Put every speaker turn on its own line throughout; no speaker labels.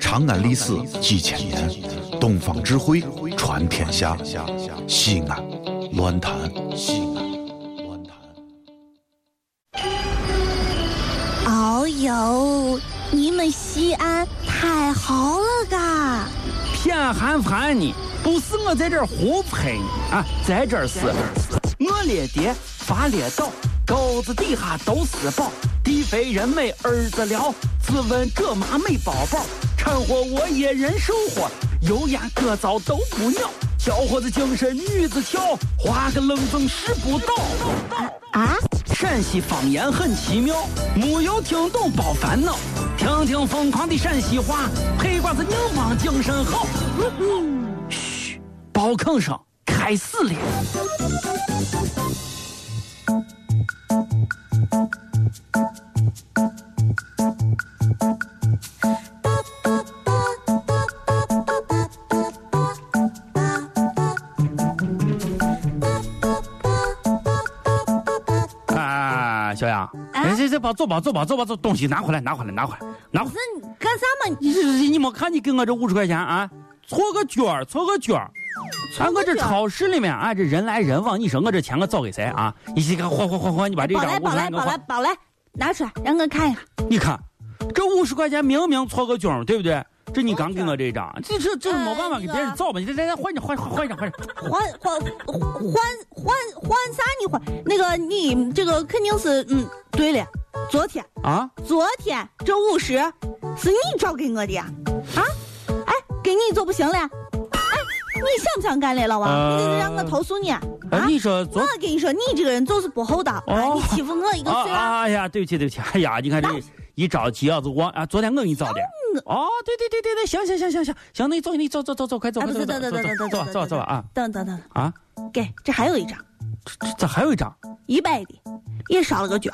长安历史几千年，东方智慧传天下。西安，乱谈西安，乱谈。
哦呦，你们西安太好了嘎！啊
偏寒寒你，不是我在这儿胡拍你啊，在这儿是，我列爹发列倒，沟子底下都是宝，地肥人美儿子了，自问这妈没宝宝，掺和我也人生活，油盐各糟都不尿，小伙子精神女子俏，花个愣风使不倒。
啊，
陕西方言很奇妙，没有听懂别烦恼，听听疯狂的陕西话，黑瓜子硬邦精神好。嘘，包吭声开始了。啊，小杨，哎，这这包走吧走吧走吧走，东西拿回来拿回来拿回来拿回来。
那你干啥嘛？
你你你没看你给我这五十块钱啊？凑个角儿，凑个角儿。俺我这超市里面啊，这人来人往，你说我这钱我找给谁啊？你去看，换换换换，你把这
宝
张
来
五
宝
十
来
块给我
宝来
换。
宝来，拿出来让我看一看。
你看，这五十块钱明明凑个角儿，对不对？这你刚给我这张，这这这没办法给别人造吧？你来来来，换一张，换换换一张，换一张。
换换换换换啥？你换那个你这个肯定是嗯，对了，昨天
啊，
昨天这五十是你找给我的呀？啊？哎，给你就不行了？哎，你想不想干来，老王？
呃
你得让我投诉你啊！
哎，你说昨
我跟你说，你这个人就是不厚道，啊
哦
你欺负我一个
啊
岁
啊
娃。
哎呀，对不起对不起，哎呀，你看这一着急啊，就忘啊，昨天我给你找的。哦，对对对对对，行行行行行行，那你走你走走走走，快走
啊，
快
不是，
走走
等
走
等
走
等等等
走
等
走走啊
等等等，
啊！
给这还有一张
这这还有一张
一百的，也少了个角。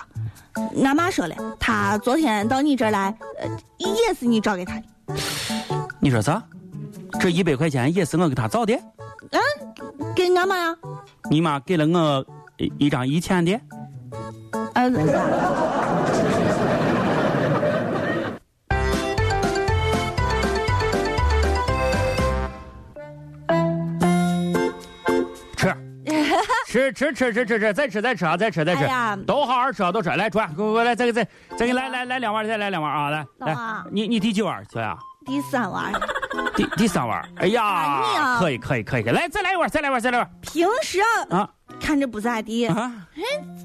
俺妈说了，她昨天到你这儿来，呃，也是你找给她的。
你说啥？这一百块钱也是我给他造的？
给俺妈呀，
你妈给了我一一张一千的？
儿子。
吃。吃吃吃吃吃吃，再吃再吃啊，再吃再吃，
哎呀
都好好吃啊，都吃。来，出来，快快快来，再给再再给来来来两碗，再来两碗啊，来
老
来
王，
你你第几碗，小雅？
第三娃，
第第 三碗。哎
哎
呀，
呀
可以可以可以，来再来一碗，再来一碗，再来一碗
平时啊
啊
看着不咋地，
啊！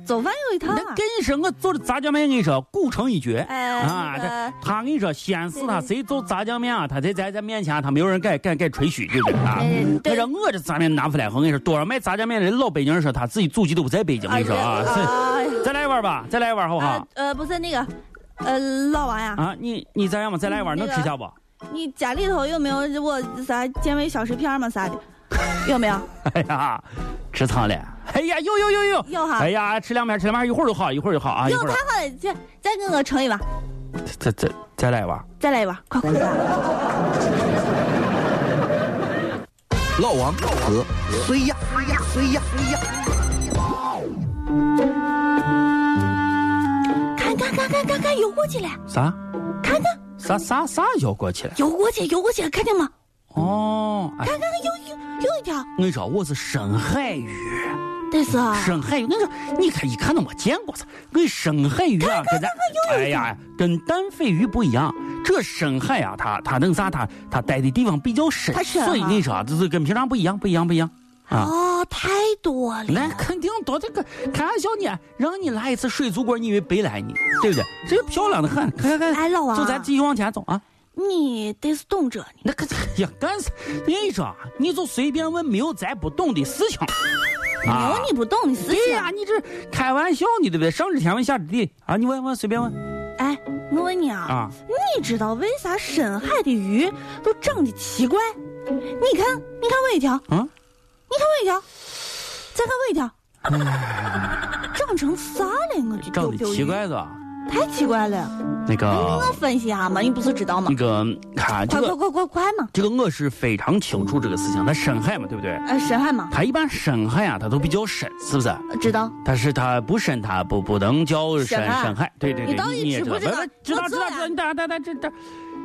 早饭有一套啊。
那跟你说，我做的炸酱面，跟你说，古城一绝。
哎
啊，
那个
他他跟你说，西安市
对
他
对
谁做炸酱面啊？他在在在面前啊，他没有人敢敢敢吹嘘，对不对啊
哎？
他
对
说我这炸酱面拿回来，我跟你说，多少卖炸酱面的人老北京人说他自己祖籍都不在北京，我跟你说啊， 是
哎
再来一碗吧，再来一碗好不好
呃？呃，不是那个，呃，老王呀，
啊，你你再让我再来一碗，
嗯那
能
个
吃下不？
你家里头有没有我啥健胃消食片嘛啥的？有没有？
哎呀，吃糖了！哎呀，有有有有
有哈
哎呀，吃两片，吃两片，一会儿就好，一会儿就好啊，一
有
会儿
太
就好。
好了，再再给我盛一碗，
再再再来一碗。
再来一碗，快快快！
老王和谁呀？谁呀？谁呀？谁呀？
嗯
看看看看看看，游过去了，
啥？
看看
啥啥啥游过去了？
游过去游过去了，看见吗？
哦，哎，
看看看，有有有一条，
我跟你说，我是深海鱼，
但是啊，
深海鱼。我跟你说，你看一看都没见过啥，我跟深海鱼啊，跟咱，哎呀，跟淡水鱼不一样。这深海啊，它它那个啥，它它待的地方比较深
它，深
所以
哈
你说啊，就是跟平常不一样，不一样，不一样啊。
哦，太多了，
那肯定多这个开玩笑呢，让你来一次水族馆，你以为白来呢，对不对？这个漂亮的很，看看看，
哎老王
就咱继续往前走啊。
你得是懂这呢。
那可哎呀干啥？我跟你说啊，你就随便问，没有咱不懂的事情。
没有你不懂的事
啊对
情
呀、。你这开玩笑呢，对不对？上知天文下知地啊，你问问随便问
哎，我问你啊，
啊。
你知道为啥深海的鱼都长得奇怪？你看，你看我一条，你
啊，
看我一条，再看我一条，长成啥了？我就
嗯长
丢
得
丢鱼
奇怪的，啊
太奇怪了。
那
你给我
个，
分析下嘛，你不是知道吗
那？个，看这
快快
个，
快快快嘛！
这个我是非常清楚这个事情。它深海嘛，对不对？
呃，深海嘛，
它一般深海啊，它都比较深，是不是？
呃知道。
但是它不深，它不不能叫深
深海
深海。对对对，
你到底
也
知不知道
喂喂知道
我
知
做
道
呀
知道，你等等等这这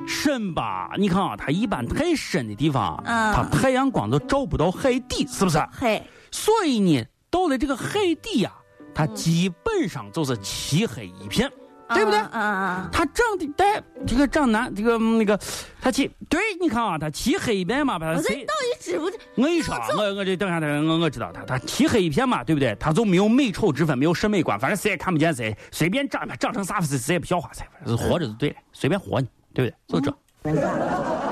深吧？你看啊，它一般太深的地方，
嗯
它太阳光都照不到海底，是不是？
嘿，
所以呢，到了这个海底呀，它基本上就是漆黑一片，对不对？
嗯嗯
它长得带哎这个长男这个嗯那个，它漆对，你看啊，它漆黑一片嘛，把
嗯。
它
我这
谁
到？底知不知？
我跟你说啊，我我这等下等下我我知道它，它漆黑一片嘛，对不对？它就没有美丑之分，没有审美观，反正谁也看不见谁，随便长吧，长成啥谁谁也不笑话谁，反正活着就对了，随便活你，对不对？就这。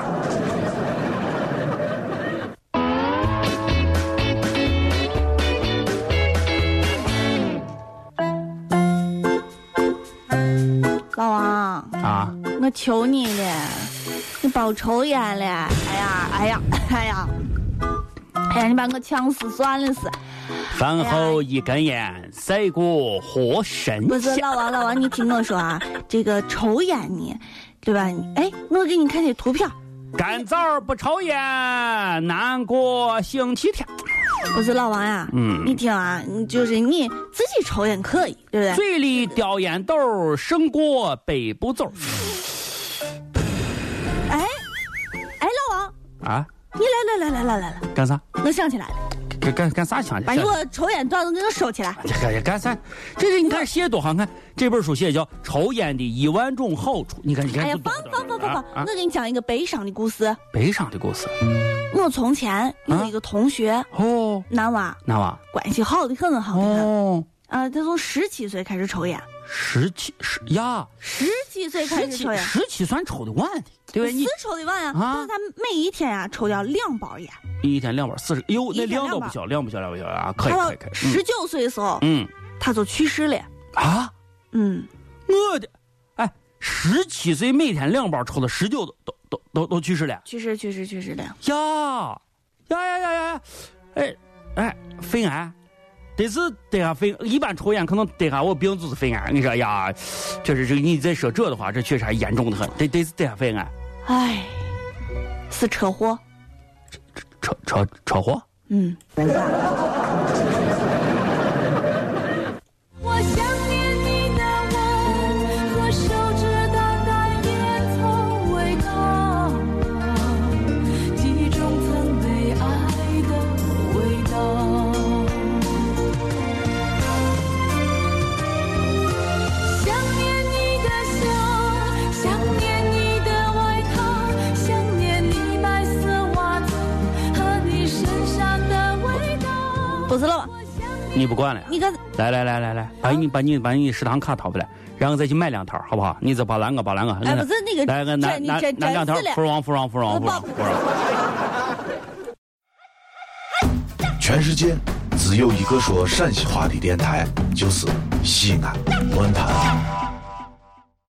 老王，
啊，
我求你了，你别抽烟了。哎呀，哎呀，哎呀，哎呀，你把我呛死算了是。
饭
啊
后一根烟，赛过活神
不是
仙。
老王，老王，你听我说啊，这个抽烟呢，对吧？你哎，我给你看这图片。
干燥不抽烟，难过星期天。
不是老王呀、
嗯
你听啊，你就是你自己抽烟可以，对不对？
嘴里叼烟斗，胜过背不走。
哎，哎，老王，
啊，
你来来来来来来来，
干啥？
我想起来了，
干干干啥去啊？
把你给我抽烟段子给我收起来。
这干干啥？这这你看写多好看！这本书写叫《抽烟的一万种好处》，你看你看。
哎呀，
多
放放
多多
放放
啊
放，
啊
我给你讲一个悲伤的故事。
悲伤的故事
我从前
啊
有一个同学，
哦，
男娃，
那娃
关系好的很，好的很。
哦，
啊，他从十七岁开始抽烟，
十七十呀，
十七岁开
十
始抽
七
烟，
十七算抽的晚的，对吧？
是
你
抽的完呀，
啊
但是他每一天呀抽掉两包烟。
一天两包四十，哎呦，
一
那
天
量都
两包
不小，量不小，量不小啊！可以
他
可
到
以可以，
十九岁的时候，
嗯嗯
他就去世了。
啊。
嗯。
我的，哎，十七岁每天两包抽到十九都都都都都去世了
去世去世去世的，
呀呀呀呀呀！哎哎，肺癌，得是得下肺，一般抽烟可能得啊下我病就是肺癌。你说呀，确实这个你再说这的话，这确实还严重的很，得得是啊得下肺癌，
唉，是车祸。
车车车祸。
嗯，
我想念你的吻和手指的淡烟从未淡忘，记忆中曾被爱的味道。想念你的笑，想念你的外套，想念你白色袜子和你身上的味道。
不是老王，
我想念
你不管了呀，
你看，
来来来来来，把你把你把你食堂卡掏回来，然后再去买两条，好不好？你再把两个把两个，
哎，不是那个，
来个拿
这你
拿
这
拿两
真
条
是，
芙
了，
蓉芙蓉芙蓉芙蓉芙蓉。
全世界只有一个说陕西话的电台，就是西安论坛。